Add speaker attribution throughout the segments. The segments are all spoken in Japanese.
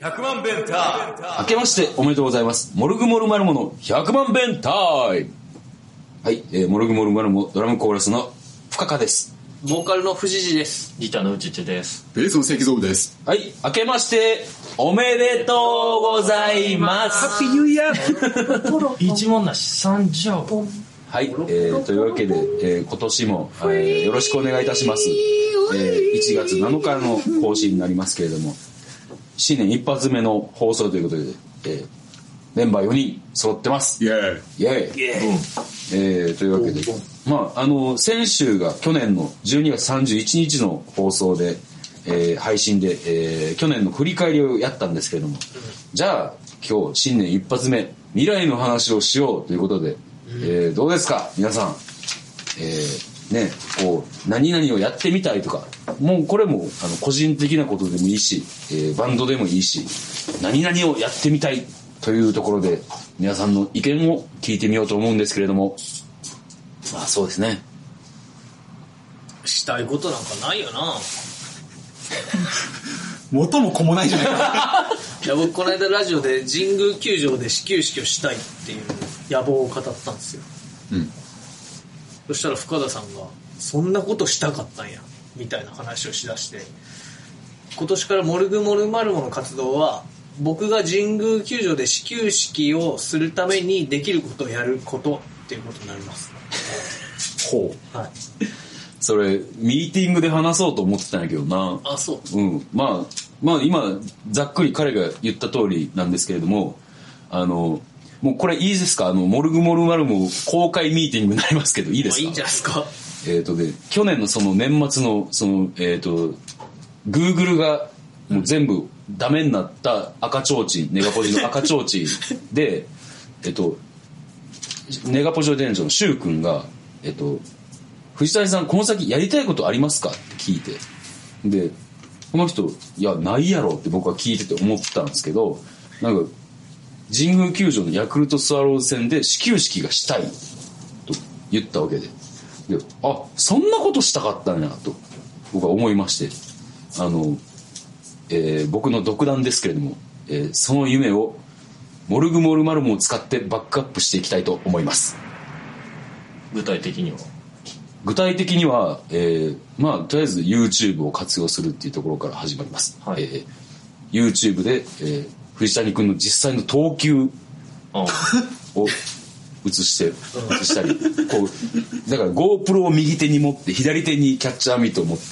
Speaker 1: 100万弁ター
Speaker 2: 明けましておめでとうございます。モルグモルマルモの100万弁タイムはい、えー、モルグモルマルモドラムコーラスのフカカです。
Speaker 3: ボーカルの藤次です。ギターのうちちです。
Speaker 4: ベースの石像です。
Speaker 2: はい、明けましておめでとうございます。
Speaker 4: ピーニューイヤー
Speaker 3: 一文なし三条。
Speaker 2: はい、えー、というわけで、えー今年も、えーよろしくお願いいたします。えー1月7日の更新になりますけれども、新年一発目の放送ということで、えーメンバー4人揃ってます。
Speaker 4: イェーイ
Speaker 2: イェイえーというわけで、まあ、あの先週が去年の12月31日の放送で、えー配信で、えー去年の振り返りをやったんですけれども、じゃあ今日新年一発目未来の話をしようということで、えーどうですか皆さん、えーね、こう何々をやってみたいとかもうこれもあの個人的なことでもいいし、えーバンドでもいいし何々をやってみたいというところで皆さんの意見を聞いてみようと思うんですけれどもまあそうですね
Speaker 3: したいことなんかないよな。
Speaker 4: 元も子もないじゃないか。
Speaker 3: いや、僕この間ラジオで神宮球場で始球式をしたいっていう野望を語ったんですよ。
Speaker 4: うん
Speaker 3: そしたら深田さんが、そんなことしたかったんや、みたいな話をしだして、今年からモルグモルマルモの活動は、僕が神宮球場で始球式をするためにできることをやることっていうことになります。
Speaker 2: ほう
Speaker 3: はい。
Speaker 2: それミーティングで話そうと思ってたんやけどな
Speaker 3: あ、そう。
Speaker 2: うん、まあ、まあ今、ざっくり彼が言った通りなんですけれども、あの、もうこれいいですかあの、モルグモルマルも公開ミーティングになりますけど、いいで
Speaker 3: まあ
Speaker 2: す
Speaker 3: い
Speaker 2: か
Speaker 3: いんじゃないですか。
Speaker 2: えっ、とで、去年のその年末の、その、えっ、と、Google がもう全部ダメになった赤ちょうちん、ネガポジの赤ちょうちんで、えっと、ネガポジオ店長のシュウ君が、えっと、藤谷さんこの先やりたいことありますかって聞いて、で、この人、いや、ないやろって僕は聞いてて思ったんですけど、なんか、神宮球場のヤクルトスワローズ戦で始球式がしたいと言ったわけでであそんなことしたかったんやと僕は思いましてあの、えー僕の独断ですけれども、えーその夢をモルグモルマルモを使ってバックアップしていきたいと思います
Speaker 5: 具体的には
Speaker 2: 具体的には、えーまあとりあえず YouTube を活用するっていうところから始まります、
Speaker 5: はい
Speaker 2: えー YouTube で、えー藤谷君の実際の投球
Speaker 5: あ
Speaker 2: を映して映したりこうだから GoPro を右手に持って左手にキャッチャーミットを持って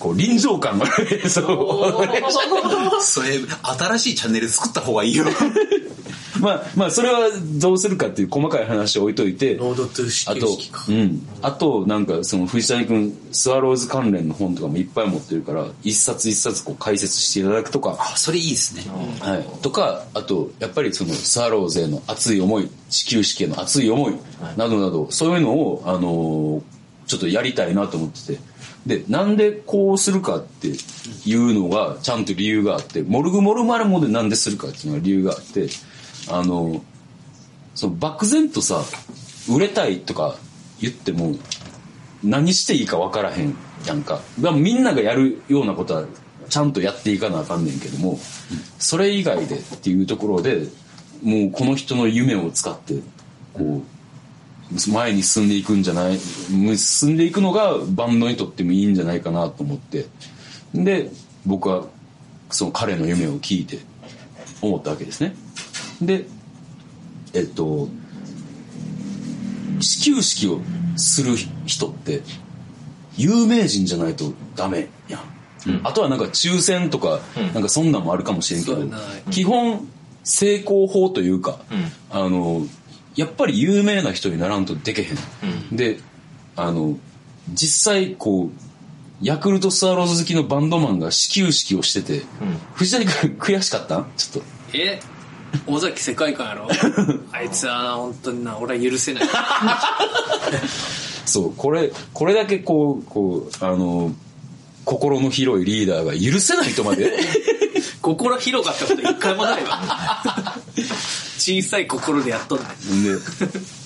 Speaker 2: こう臨場感がある映像を
Speaker 4: それ、新しいチャンネル作った方がいいよ。
Speaker 2: まあまあそれはどうするかっていう細かい話を置いといて
Speaker 3: ロードトゥ
Speaker 2: あ
Speaker 3: 始球
Speaker 2: と
Speaker 3: 式か。、
Speaker 2: うん、あとなんかその藤谷君スワローズ関連の本とかもいっぱい持ってるから一冊一冊こう解説していただくとか
Speaker 4: あ、それいいですね。
Speaker 2: はい、とかあとやっぱりそのスワローズへの熱い思い始球式への熱い思いなどなど、そういうのを、あのーちょっとやりたいなと思っててでなんでこうするかっていうのがちゃんと理由があってモルグモルマルモでなんでするかっていうのが理由があってあのーその漠然とさ売れたいとか言っても何していいか分からへんやんかだからみんながやるようなことはちゃんとやっていかなあかんねんけどもそれ以外でっていうところでもうこの人の夢を使ってこう前に進んでいくんじゃない進んでいくのがバンドにとってもいいんじゃないかなと思ってで僕はその彼の夢を聞いて思ったわけですねでえっと始球式をする人って有名人じゃないとダメやん、あとはなんか抽選とか、なんかそんなんもあるかもしれんけど、基本成功法というか、あのやっぱり有名な人にならんとでけへん、であの実際こうヤクルトスワローズ好きのバンドマンが始球式をしてて、藤谷君悔しかったんちょっと
Speaker 3: え尾崎世界観や ろあいつはな本当にな俺は許せない
Speaker 2: そう、これ、これだけこう、こう、あの、心の広いリーダーが許せないとまで。
Speaker 3: 心広かったこと一回もない わ小さい心でやっとんない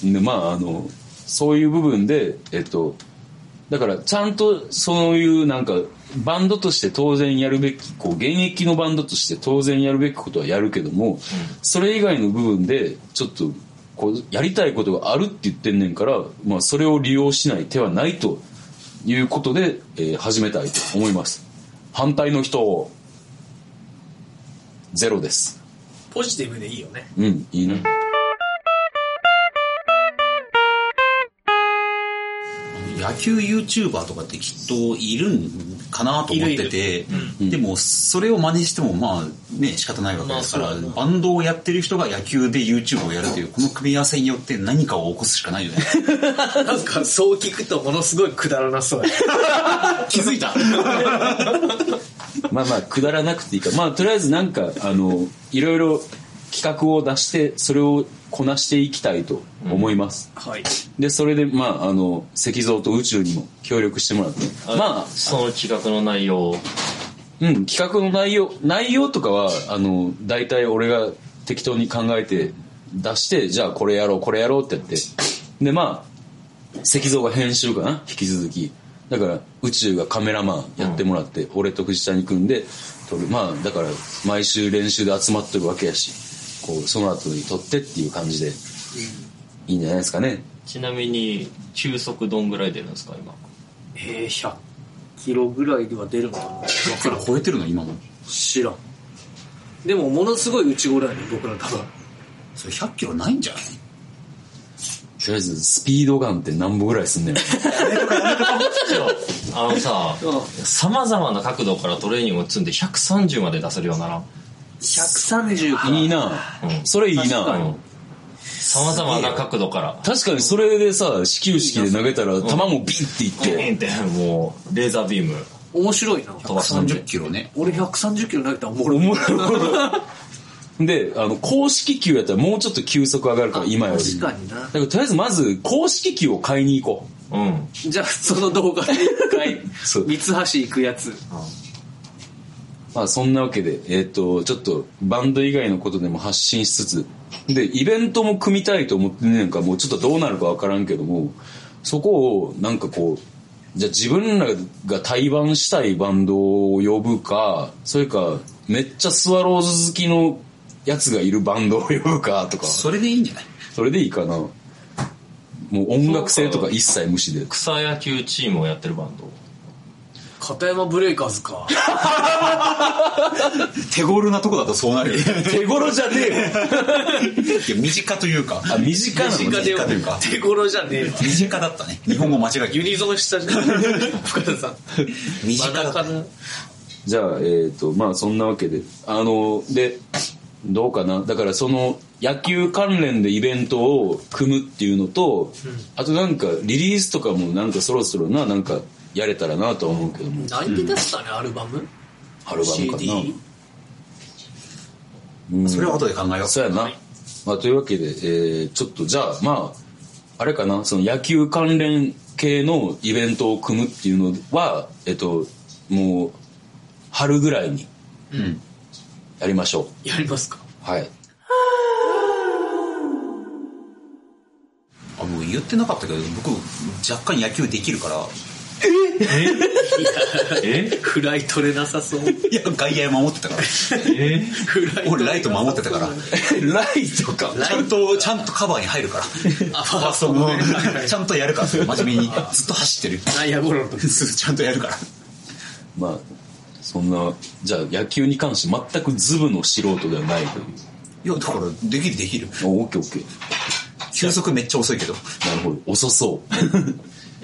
Speaker 2: で、でまあ、あの、そういう部分で、えっと、だから、ちゃんとそういうなんか、バンドとして当然やるべき、こう、現役のバンドとして当然やるべきことはやるけども、それ以外の部分で、ちょっと、こう、やりたいことがあるって言ってんねんから、まあ、それを利用しない手はないということで、えー始めたいと思います。反対の人、ゼロです。
Speaker 3: ポジティブでいいよね。
Speaker 2: うん、いいね。
Speaker 4: 野球 YouTuber とかってきっといるんかなと思ってて、でもそれを真似してもまあね、仕方ないわけですから、
Speaker 3: まあそうだね
Speaker 4: バンドをやってる人が野球で YouTube をやるという、 この組み合わせによって何かを起こすしかない よね。
Speaker 3: なんかそう聞くとものすごいくだらな そうや。
Speaker 4: 気づいた
Speaker 2: まあまあくだらなくていいからまあとりあえずなんかあのいろいろ企画を出してそれをこなしていきたいと思います、
Speaker 3: はい。
Speaker 2: でそれでまああの石像と宇宙にも協力してもらってまあ
Speaker 5: その企画の内容を
Speaker 2: うん企画の内容内容とかはあの大体俺が適当に考えて出してじゃあこれやろうこれやろうってやってでまあ石像が編集かな引き続きだから宇宙がカメラマンやってもらって、俺と藤谷君で撮るまあだから毎週練習で集まってるわけやしこうその後に撮ってっていう感じでいいんじゃないですかね
Speaker 5: ちなみに中速どんぐらい出るんですか今
Speaker 3: えー、100キロぐらいでは出るのかなわからん。
Speaker 4: 超えてるの今も。
Speaker 3: 知らん。でもものすごい内頃やね、僕ら多分。
Speaker 4: それ100キロないんじゃない
Speaker 2: とりあえずスピードガンって何歩ぐらいすんねん
Speaker 5: あのさ
Speaker 3: うん
Speaker 5: さまざまな角度からトレーニングを積んで130まで出せるようにならん
Speaker 3: 130か。
Speaker 2: いいな、
Speaker 5: うん
Speaker 2: それいいな
Speaker 5: さまざまな角度から
Speaker 2: 確かにそれでさ始球式で投げたら球もビンっていっ
Speaker 5: ビ
Speaker 2: て、
Speaker 5: ーンってもうレーザービーム
Speaker 3: 面白いな。
Speaker 5: 飛ばすんで
Speaker 4: ?30 キロね。
Speaker 3: 俺130キロ投げたらおもろい。
Speaker 2: 思うであの公式球やったらもうちょっと球速上がるから今より
Speaker 3: 確かにな
Speaker 2: だからとりあえずまず公式球を買いに行こ
Speaker 5: うん
Speaker 3: じゃあその動画で一回、
Speaker 2: そう
Speaker 3: 三橋行くやつ。
Speaker 2: うまあそんなわけでえっ、とちょっとバンド以外のことでも発信しつつでイベントも組みたいと思ってんねんからもうちょっとどうなるかわからんけどもそこをなんかこうじゃあ自分らが対バンしたいバンドを呼ぶかそれかめっちゃスワローズ好きのやつがいるバンドを呼ぶかとか
Speaker 4: それでいいんじゃない
Speaker 2: それでいいかな。もう音楽性とか一切無視で。
Speaker 5: 草野球チームをやってるバンド
Speaker 3: 片山ブレイカーズか。
Speaker 4: 手頃なとこだとそうなるよね。
Speaker 2: 手頃じゃねえよ
Speaker 4: いや身近というか。
Speaker 2: あ、身近なの
Speaker 4: 身近
Speaker 3: で
Speaker 4: 手頃か
Speaker 3: 手頃じゃねえわ。
Speaker 4: 身近だったね。日本語間違え
Speaker 3: ユ
Speaker 4: て。
Speaker 3: ニゾンしたじゃ ん。深田さん。
Speaker 4: 身
Speaker 3: 真
Speaker 4: 近だった。
Speaker 3: 中の
Speaker 2: じゃあ、えっ、と、まあそんなわけで。あの、で、どうかな。だからその野球関連でイベントを組むっていうのと、あとなんかリリースとかもなんかそろそろな、なんかやれたらなとは思うけども、
Speaker 3: 何で出したね、アルバム
Speaker 2: アルバムかな。
Speaker 3: CD?
Speaker 2: うん
Speaker 4: それは後で考えよう。
Speaker 2: そうやな、まあ、というわけで、えーちょっとじゃあまああれかなその野球関連系のイベントを組むっていうのはえっともう春ぐらいに
Speaker 4: ん
Speaker 2: やりましょう、
Speaker 3: やりますか。
Speaker 2: はい
Speaker 4: あ、もう言ってなかったけど、僕、若干野球できるから、
Speaker 5: え
Speaker 3: フライ取れなさそう。
Speaker 4: いや、外野守ってたから。
Speaker 5: え
Speaker 3: フライ
Speaker 4: 俺、ライト守ってたか ら。
Speaker 2: ライトか
Speaker 4: ちゃんと、ちゃんとカバーに入るから。
Speaker 3: あ、ファースト
Speaker 4: そ
Speaker 3: の
Speaker 4: の
Speaker 3: ね。はいはい
Speaker 4: ちゃんとやるから、それ真面目に。ずっと走 ってる。
Speaker 3: 内野ゴロの時。
Speaker 4: すちゃんとやるから。
Speaker 2: まあそんなじゃあ野球に関して全くズブの素人ではないという
Speaker 4: いや、だから、できるできる。
Speaker 2: あオッケーオッケー
Speaker 4: 球速めっちゃ遅いけど。
Speaker 2: なるほど遅そう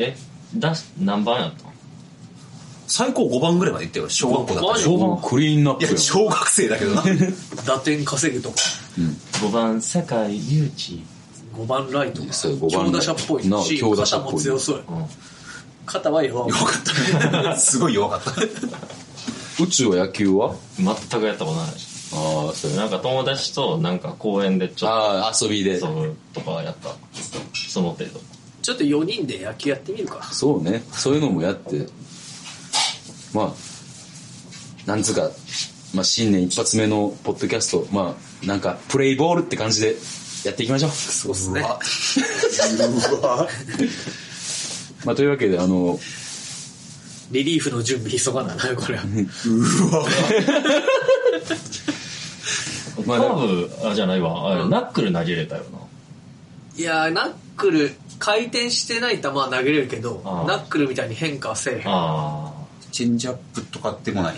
Speaker 5: えだし何番やったん
Speaker 4: 最高5番ぐらいまで行ったよ、小学校だった
Speaker 3: マジ
Speaker 4: ら。
Speaker 2: 評判クリーンナップ
Speaker 4: い
Speaker 2: やん
Speaker 4: や、小学生だけどな。
Speaker 3: 打点稼ぐとか。
Speaker 5: 5番酒井雄一
Speaker 3: 5番ライトか。
Speaker 2: そう5番
Speaker 3: 強打者っぽい
Speaker 2: なあ
Speaker 3: し、
Speaker 2: 強打者っ
Speaker 3: 肩
Speaker 2: ぽい
Speaker 3: も強そうや
Speaker 5: うん。
Speaker 3: 肩は弱い。
Speaker 4: 弱かったね。 すごい弱かった。
Speaker 2: 宇宙は野球は
Speaker 5: 全くやったことない
Speaker 2: ああそうやな
Speaker 5: なんか友達となんか公園でちょっ
Speaker 2: あー遊びで
Speaker 5: と遊ぶとかやったその程度
Speaker 3: ちょっと4人で野球やってみるか。
Speaker 2: そうね。そういうのもやって、まあ、なんつうか、まあ、新年一発目のポッドキャスト、まあ、なんか、プレイボールって感じでやっていきましょう。
Speaker 3: そうですね。
Speaker 4: うわ。
Speaker 2: まあ、というわけで、あの、
Speaker 3: リリーフの準備急がないな、これは。
Speaker 5: カーブあじゃないわあナックル投げれたよない
Speaker 3: やー、ナックル、回転してない球は投げれるけど、
Speaker 5: あー
Speaker 3: ナックルみたいに変化はせえへん。
Speaker 5: ああ
Speaker 4: チェンジアップとかでもない。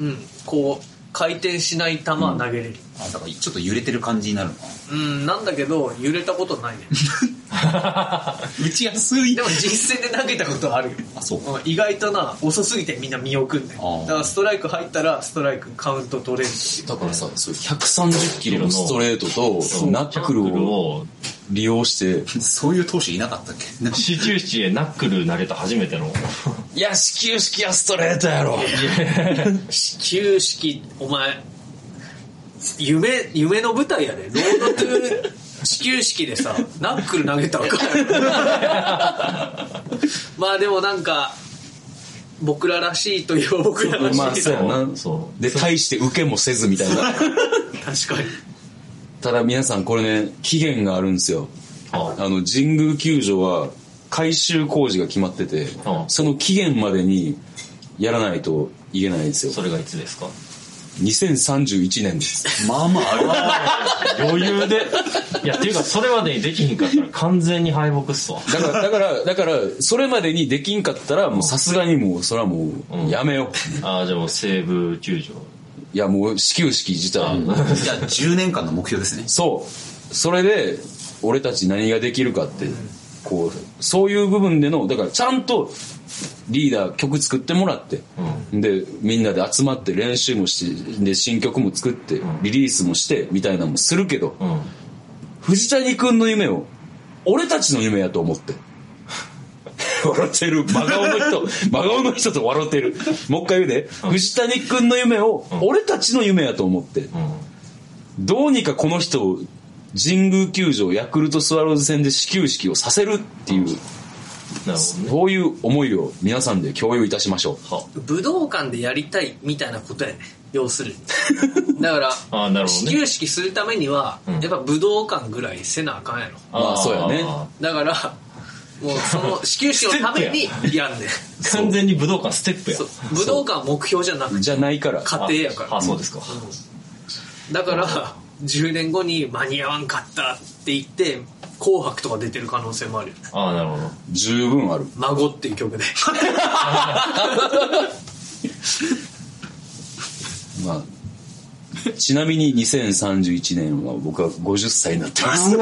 Speaker 3: うん。こう、回転しない球は投げれる。
Speaker 4: あ、だからちょっと揺れてる感じになるのか
Speaker 3: う
Speaker 4: な。
Speaker 3: ん、なんだけど、揺れたことない ね。
Speaker 4: 打ちやすい
Speaker 3: で。も実戦で投げたことはあるよ。
Speaker 4: あ、そうか。
Speaker 3: うん意外とな、遅すぎてみんな見送んねん。だ
Speaker 4: ー
Speaker 3: からストライク入ったら、ストライクカウント取れるし。
Speaker 2: だからさ、そう130キロのストレートと、ナックル
Speaker 5: ナックル
Speaker 2: を
Speaker 5: を
Speaker 2: 利用して、
Speaker 4: そういう投手いなかったっけなんか
Speaker 5: 四中七へナックル投げた初めての
Speaker 2: いや、始球式はストレートやろ。
Speaker 3: 始球式、お前、夢、夢の舞台やで。ロードトゥー始球式でさ、ナックル投げたらあかんやろ まあでもなんか、僕ららしいといえば僕ららしい。
Speaker 2: まあ、そうやな。
Speaker 5: そう
Speaker 2: で、対して受けもせずみたいな。
Speaker 3: 確かに。
Speaker 2: ただ皆さんこれね、期限があるんですよ。
Speaker 5: あ
Speaker 2: あの、神宮球場は改修工事が決まってて
Speaker 5: あ、
Speaker 2: その期限までにやらないといけないんですよ。
Speaker 5: それがいつですか
Speaker 2: 2031年です。
Speaker 4: まあまああるわ。
Speaker 5: 余裕でいやっていうかそれまでにできひんかったら完全に敗北っすわ
Speaker 2: だから、だから、だから、それまでにできんかったら、もうさすがにもう、それはもう、やめよう。
Speaker 5: ああじゃあもう西武球場
Speaker 2: いや、もう、始球式自体、
Speaker 4: じゃあ10年間の目標ですね。
Speaker 2: そう。それで、俺たち何ができるかって、こう、そういう部分での、だからちゃんとリーダー曲作ってもらって、で、みんなで集まって練習もして、で、新曲も作って、リリースもして、みたいなのもするけど、
Speaker 5: うん
Speaker 2: 藤谷君の夢を、俺たちの夢やと思って。笑ってる。真顔の人、真顔の人と笑ってる。もう一回言うで、藤谷君の夢を、俺たちの夢やと思って。
Speaker 5: うん
Speaker 2: どうにかこの人を神宮球場ヤクルトスワローズ戦で始球式をさせるっていう、
Speaker 5: なるほどね
Speaker 2: そういう思いを皆さんで共有いたしましょう。
Speaker 3: 武道館でやりたいみたいなことやね要する にだから
Speaker 5: あなるほ
Speaker 3: 始
Speaker 5: どね
Speaker 3: 球式するためには、
Speaker 5: ん
Speaker 3: やっぱ武道館ぐらいせなあかんやろ
Speaker 2: まあそうやね
Speaker 5: あ
Speaker 3: だからもうその始球式のためにやんねん
Speaker 5: ー完全に武道館ステップや
Speaker 3: そう武道館は目標じゃなくて
Speaker 2: じゃないから、
Speaker 3: 家庭やから
Speaker 5: あそうですか
Speaker 3: だから10年後に間に合わんかったって言って「紅白」とか出てる可能性もあるよね
Speaker 5: ああなるほど
Speaker 2: 十分ある。
Speaker 3: 「孫」っていう曲で
Speaker 2: まあ、 ちなみに2031年は僕は50歳になってます。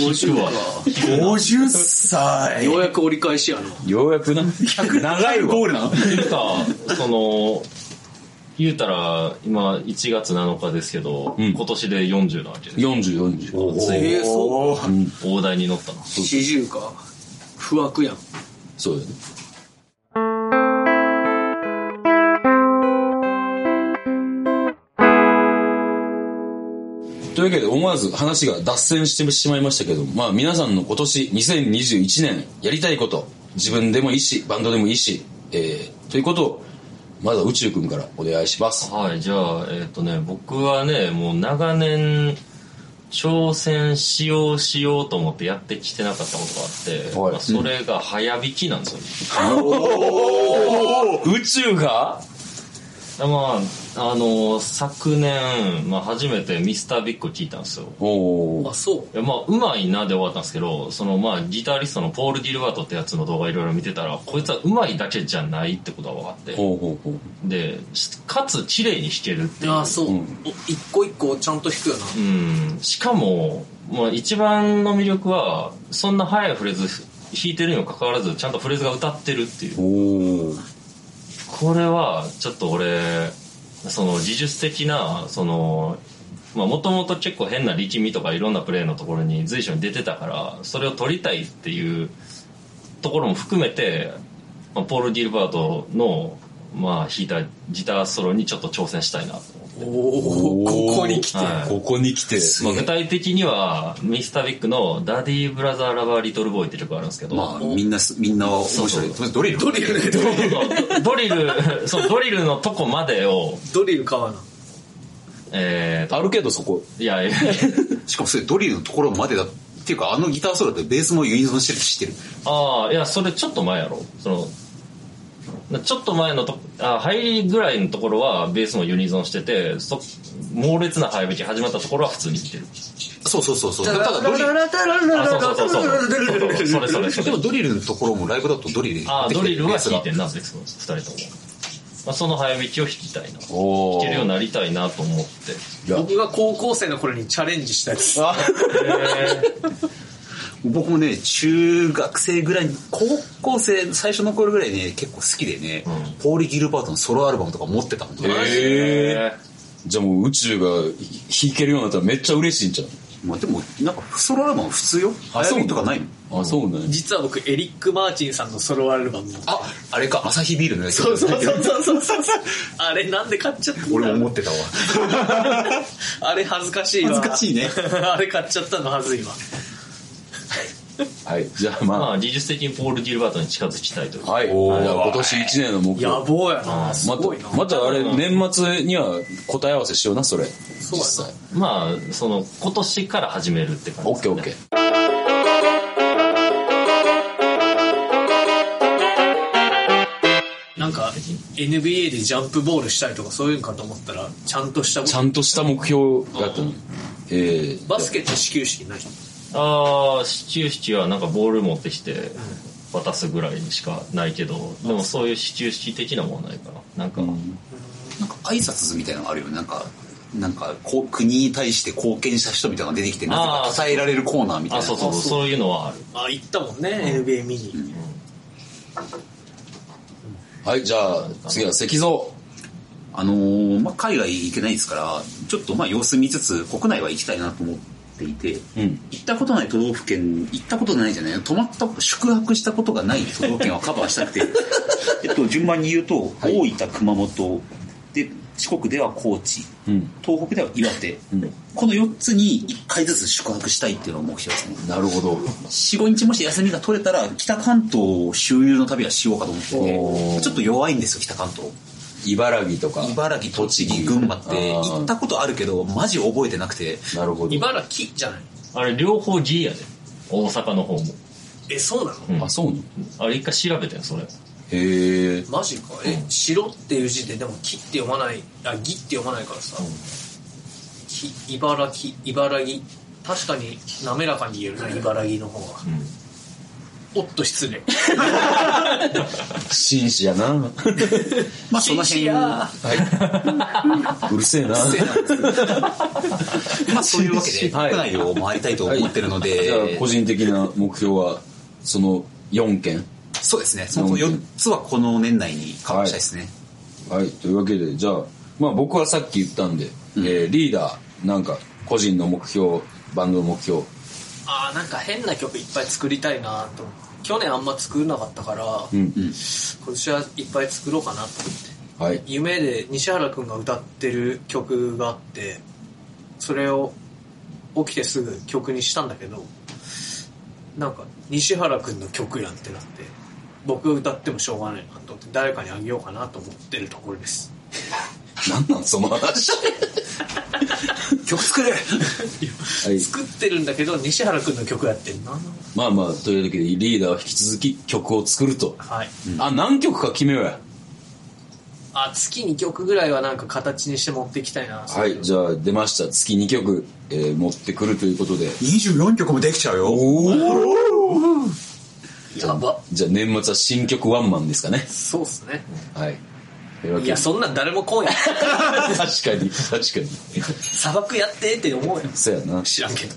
Speaker 5: 50は
Speaker 4: 50歳
Speaker 3: ようやく折り返しやの
Speaker 2: ようやく な、長いわ。
Speaker 4: ールなの
Speaker 5: ていうかその言うたら今1月7日ですけど、
Speaker 2: ん
Speaker 5: 今年で40なわけです
Speaker 2: 40、40。
Speaker 5: つい
Speaker 3: え
Speaker 5: に
Speaker 3: ー、そう
Speaker 5: 大台に乗ったな
Speaker 3: 四十か不惑やん
Speaker 2: そうだね。というわけで思わず話が脱線してしまいましたけど、まあ皆さんの今年2021年やりたいこと、自分でもいいし、バンドでもいいし、えー、ということを、まずは宇宙くんからお願いします。
Speaker 5: はいじゃあえっ、とね僕はねもう長年挑戦しようしようと思ってやってきてなかったことがあって、
Speaker 2: はい
Speaker 5: まあそれが早引きなんですよね、
Speaker 2: 宇宙が
Speaker 5: だまああの昨年、まあ、初めてミスタービッグを聞いたんですよ
Speaker 2: おー
Speaker 3: あそう
Speaker 5: いやまあ、うまいなで終わったんですけど、そのまあ、ギタリストのポール・ディルバートってやつの動画いろいろ見てたら、こいつはうまいだけじゃないってことが分かって、
Speaker 2: ほうほうほう。
Speaker 5: で、しかつ綺麗に弾けるっていう。
Speaker 3: あそう、お一個一個ちゃんと弾くよな
Speaker 5: うん。しかも、まあ、一番の魅力は、そんな速いフレーズ弾いてるにもかかわらず、ちゃんとフレーズが歌ってるっていう。
Speaker 2: おー
Speaker 5: これは、ちょっと俺、その技術的な、その、まあ、もともと結構変な力みとかいろんなプレーのところに随所に出てたから、それを取りたいっていうところも含めて、まあ、ポール・ギルバートの、まあ、弾いたギターソロにちょっと挑戦したいなと思って。
Speaker 3: お
Speaker 2: おー
Speaker 3: おここに来て、
Speaker 5: はい
Speaker 2: ここに来て、
Speaker 5: まあ、具体的には、ミスタービッグのダディ・ブラザー・ラバー・リトル・ボーイって曲があるんですけど、
Speaker 4: まあ、みんなす、みんなは面白い。とりあえずドリル
Speaker 3: ドリルねドリル
Speaker 5: そうドリル、そう、ドリルのとこまでを、
Speaker 3: ドリル買わな
Speaker 5: えーと、
Speaker 2: あるけどそこ。
Speaker 5: いや、いや
Speaker 4: しかもそれドリルのところまでだ。っていうか、あのギターソロってベースもユニゾンしてるって知ってる。
Speaker 5: ああいやそれちょっと前やろそのちょっと前のとあ入りぐらいのところはベースもユニゾンしててそ猛烈な早弾き始まったところは普通に来てる
Speaker 4: そうそうそうそう。ただドリル、
Speaker 5: あそうそうそうそうそうそうそれそれそ
Speaker 4: で
Speaker 5: れ
Speaker 4: もドリルのところもライブだとドリルで
Speaker 5: あ
Speaker 4: でき
Speaker 5: ド
Speaker 4: て
Speaker 5: リ
Speaker 4: る
Speaker 5: ルは
Speaker 4: やつ
Speaker 5: 弾
Speaker 4: が
Speaker 5: いてんな別に2人とも、まあ、その早弾きを弾きたいな弾
Speaker 2: お
Speaker 5: けるよう
Speaker 2: ー
Speaker 5: になりたいなと思って
Speaker 2: いや
Speaker 3: 僕が高校生の頃にチャレンジしたやつ。
Speaker 4: 僕もね、中学生ぐらいに、高校生最初の頃ぐらいね、結構好きでね、ポーリー・ギルバートのソロアルバムとか持ってたもんね。
Speaker 2: えー、じゃあもう宇宙が弾けるようになったらめっちゃ嬉しいんちゃう
Speaker 4: まあでも、なんかソロアルバム普通よ。
Speaker 2: あ
Speaker 4: 早いとかないもん。
Speaker 2: あ、そうね。
Speaker 3: 実は僕、エリック・マーチンさんのソロアルバムを。
Speaker 4: あ、あれか、アサヒビールのやつ。
Speaker 3: そうそうそうそうそうそう。 あれなんで買っちゃったんだ
Speaker 4: 俺も持ってたわ。
Speaker 3: あれ恥ずかしいわ。
Speaker 4: 恥ずかしいね
Speaker 3: あれ買っちゃったの恥ずいわ。
Speaker 2: はい。じゃあま
Speaker 5: まあ技術的にポール・ギルバートに近づきたいという
Speaker 2: あ、はい。じ
Speaker 4: おー
Speaker 2: ゃあ今年1年の目標。
Speaker 3: 野望やな。す
Speaker 2: ま
Speaker 3: ごいな。
Speaker 2: た、またあれ、年末には答え合わせしような、それ。
Speaker 3: そうやな
Speaker 2: 際。
Speaker 5: まあその今年から始めるって感じ
Speaker 2: オッ
Speaker 5: です
Speaker 2: ケーオ
Speaker 5: ね
Speaker 2: ッケー。
Speaker 3: なんか NBA でジャンプボールしたりとかそういうのかと思ったらちゃんとした
Speaker 2: ちゃんとした目標があったの。えー、
Speaker 3: バスケット始球式ない
Speaker 5: ああシチューシチューはなんかボール持ってきて渡すぐらいにしかないけどでもそういうシチュー式的なもんはないかななんか、
Speaker 4: なんか挨拶みたいなのあるよね。なんか、なんか、こう国に対して貢献した人みたいなのが出てきて、な
Speaker 5: あ
Speaker 4: ん
Speaker 5: ー
Speaker 4: か伝えられるコーナーみたい
Speaker 5: あ
Speaker 4: な。
Speaker 5: そうそうそう
Speaker 3: そ
Speaker 5: そういうのはある
Speaker 3: あ行ったもんね、NBA 見に、
Speaker 2: はい、じゃあ、次は石像。
Speaker 4: あのーまあ、海外行けないですから、ちょっとまあ様子見つつ、国内は行きたいなと思っていて、
Speaker 2: うん。
Speaker 4: 行ったことない都道府県、行ったことないじゃない、泊まった、宿泊したことがない都道府県はカバーした くて、えっと、順番に言うと、大分、熊本、で、四国では高知、
Speaker 2: うん。
Speaker 4: 東北では岩手、
Speaker 2: ん
Speaker 4: この4つに1回ずつ宿泊したいっていうのが目標ですね。
Speaker 2: なるほど。
Speaker 4: 4、5日もし休みが取れたら、北関東周遊の旅はしようかと思って
Speaker 2: お
Speaker 4: て、
Speaker 2: ー
Speaker 4: ちょっと弱いんですよ、北関東。
Speaker 2: 茨城とか。
Speaker 4: 茨城、栃木、群馬って
Speaker 2: あー
Speaker 4: 行ったことあるけど、マジ覚えてなくて、
Speaker 2: なるほど。
Speaker 3: 茨城じゃない
Speaker 5: あれ両方 G やで大阪の方も
Speaker 3: えそうなの
Speaker 2: あ、そうなの
Speaker 5: あれ一回調べてんそれ
Speaker 2: へえ。
Speaker 3: マジかえ「城」っていう字ででも「木」って読まないあ「木」って読まないからさ「木」茨城茨城確かに滑らかに言えるな茨城の方は、おっと失礼
Speaker 2: 紳士やな。 は
Speaker 4: まあそ
Speaker 3: 紳
Speaker 4: の
Speaker 3: 士
Speaker 4: 辺、
Speaker 3: や
Speaker 4: ま
Speaker 2: い。うるせえな。
Speaker 4: あそういうわけで、
Speaker 2: はい
Speaker 4: 国内を回りたいと
Speaker 2: はい
Speaker 4: 思ってるの
Speaker 2: じ
Speaker 4: で、
Speaker 2: ゃあ個人的な目標は、その4件。
Speaker 4: そうですね、その4つはこの年内にカバーしたいですね。
Speaker 2: はい。というわけで、じゃあ、まあ僕はさっき言ったんで、えーリーダー、なんか、個人の目標、バンドの目標。
Speaker 3: あーなんか変な曲いっぱい作りたいなと思って去年あんま作んなかったから、
Speaker 2: うん。
Speaker 3: 今年はいっぱい作ろうかなと思って
Speaker 2: はい。
Speaker 3: 夢で西原くんが歌ってる曲があってそれを起きてすぐ曲にしたんだけどなんか西原くんの曲やんってなって僕が歌ってもしょうがないなと思って誰かにあげようかなと思ってるところです
Speaker 2: なんなんその 話。
Speaker 4: 曲作れ
Speaker 2: はい。
Speaker 3: 作ってるんだけど西原くんの曲やってんな
Speaker 2: まあまあ、というわけで、リーダーは引き続き曲を作ると。
Speaker 3: はい
Speaker 2: あ、何曲か決めようや。
Speaker 3: あ月2曲ぐらいはなんか形にして持っていきたいな
Speaker 2: はい、じゃあ出ました。月2曲、えー持ってくるということで。
Speaker 4: 24曲もできちゃうよ。
Speaker 2: おお
Speaker 3: やば
Speaker 2: じゃあ年末は新曲ワンマンですかね。
Speaker 3: そうっすね
Speaker 2: はい。というわけ
Speaker 3: い
Speaker 2: で
Speaker 3: やそんなん誰も来んやん
Speaker 2: 確かに、確 かに。
Speaker 3: 砂漠やってって思うやん
Speaker 2: そうやな。
Speaker 3: 知らんけど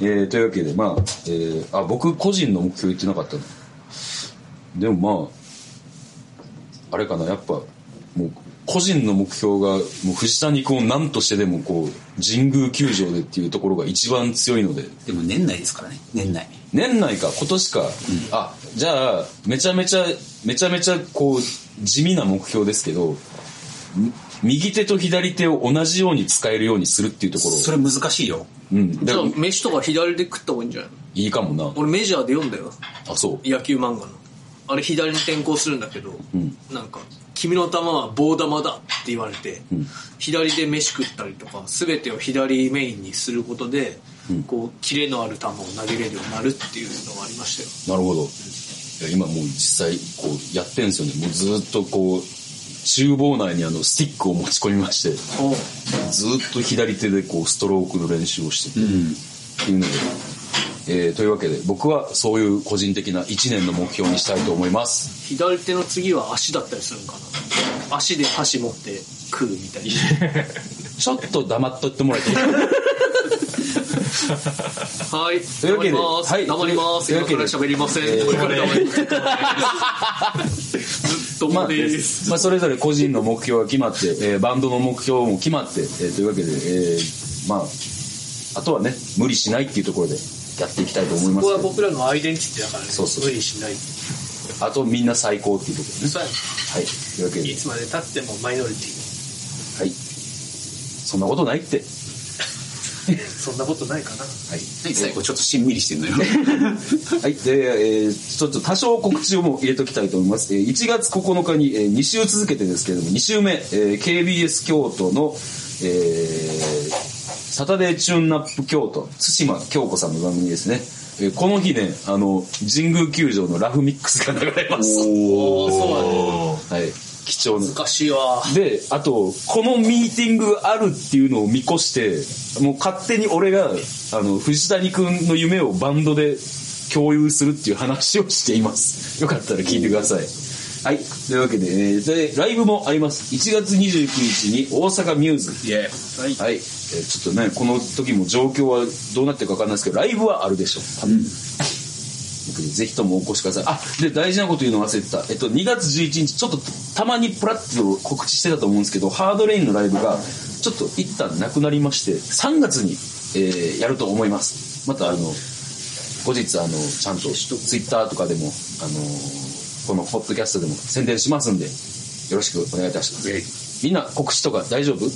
Speaker 2: えー、というわけで、まあ、えー、あ、僕個人の目標言ってなかったの。でもまあ、あれかな、やっぱ、もう、個人の目標が、もう藤谷君を何としてでもこう、神宮球場でっていうところが一番強いので、
Speaker 4: でも年内ですからね、年内。
Speaker 2: 年内か、今年か。あ、じゃあ、めちゃめちゃ、めちゃめちゃ、こう、地味な目標ですけど、み右手と左手を同じように使えるようにするっていうところ。
Speaker 4: それ難しいよ。
Speaker 2: うん。
Speaker 3: じ
Speaker 2: で
Speaker 3: ゃあ
Speaker 2: も、
Speaker 3: 飯とか左で食った方がいいんじゃないの
Speaker 2: いいかもな。
Speaker 3: 俺メジャーで読んだよ
Speaker 2: あ、そう。
Speaker 3: 野球漫画のあれ左に転向するんだけど、
Speaker 2: ん
Speaker 3: なんか「君の球は棒球だ」って言われて、左で飯食ったりとか全てを左メインにすることで、こうキレのある球を投げれるようになるっていうのがありましたよ
Speaker 2: なるほど。いや今もう実際こうやってんですよねもうずっとこう厨房内にあのスティックを持ち込みましてずっと左手でこうストロークの練習をしてて、っていうので、えーというわけで僕はそういう個人的な1年の目標にしたいと思います
Speaker 3: 左手の次は足だったりするんかな足で箸持って食うみたいな
Speaker 2: ちょっと黙っとっても らいたい
Speaker 3: はい
Speaker 2: というわけで
Speaker 3: 黙ります、
Speaker 2: はい
Speaker 3: 黙ります
Speaker 2: というわ
Speaker 3: 今か
Speaker 2: け
Speaker 3: ら
Speaker 2: で
Speaker 3: 喋りません、
Speaker 2: えー
Speaker 3: これから黙りますずっと
Speaker 2: ま
Speaker 3: も
Speaker 2: あ
Speaker 3: です、
Speaker 2: まあ、それぞれ個人の目標が決まって、えーバンドの目標も決まって、えーというわけで、えーまああとはね無理しないっていうところでやっていきたいと思いま
Speaker 3: ここは
Speaker 2: す
Speaker 3: 僕らのアイデンティティだからね
Speaker 2: そうそう
Speaker 3: 無理しない
Speaker 2: あとみんな最高っていうところねはいというわけで
Speaker 3: いつまでたってもマイノリティ
Speaker 2: はいそんなことないって
Speaker 3: そんなことないかな
Speaker 2: はい
Speaker 4: 何最後ちょっとしんみりしてんのよ
Speaker 2: はい、で、えーちょっと多少告知をもう入れときたいと思います。えー1月9日に、え2週続けてですけれども、2週目、えー KBS 京都の、えーサタデーチューンナップ京都、対馬京子さんの番組ですね。えーこの日ね、あの、神宮球場のラフミックスが流れます。
Speaker 3: おおそうだね
Speaker 5: おー
Speaker 2: はい、貴重な。
Speaker 3: 難しいわ
Speaker 2: で、あと、このミーティングがあるっていうのを見越して、もう勝手に俺が、あの、藤谷くんの夢をバンドで共有するっていう話をしています。よ かったら聞いてください。はい。というわけで、えーで、ライブもあります。1月29日に大阪ミューズ。はい。えーちょっとね、この時も状況はどうなってるかわかんないですけど、ライブはあるでしょう。多分ぜひともお越しください。あ、で、大事なこと言うの忘れてた。えっと、2月11日、ちょっとたまにプラッと告知してたと思うんですけど、ハードレインのライブが、ちょっと一旦なくなりまして、3月に、えーやると思います。また、あの、後日、あの、ちゃんと、ツイッターとかでも、あのーこのポッドキャストでも宣伝しますんで、よろしくお願いいたします。みんな告知とか大丈夫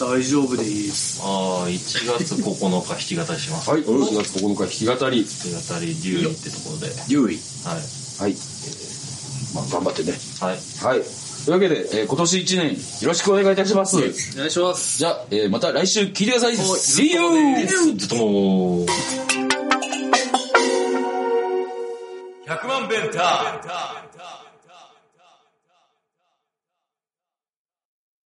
Speaker 3: 大丈夫でいいです
Speaker 5: ああ1月9日弾き語りします
Speaker 2: はい、4月9日弾き語り。
Speaker 5: 弾き語りデューイってところで
Speaker 4: 優位
Speaker 5: はい
Speaker 2: はい。えーまあ、頑張ってね。
Speaker 5: はい
Speaker 2: はい。というわけで、えー今年1年、よろしくお願いいたします。
Speaker 3: お願いします
Speaker 2: じゃあ、えーまた来週聞いてください。
Speaker 3: い
Speaker 2: See you!
Speaker 5: ずっともう
Speaker 1: 100万ベンター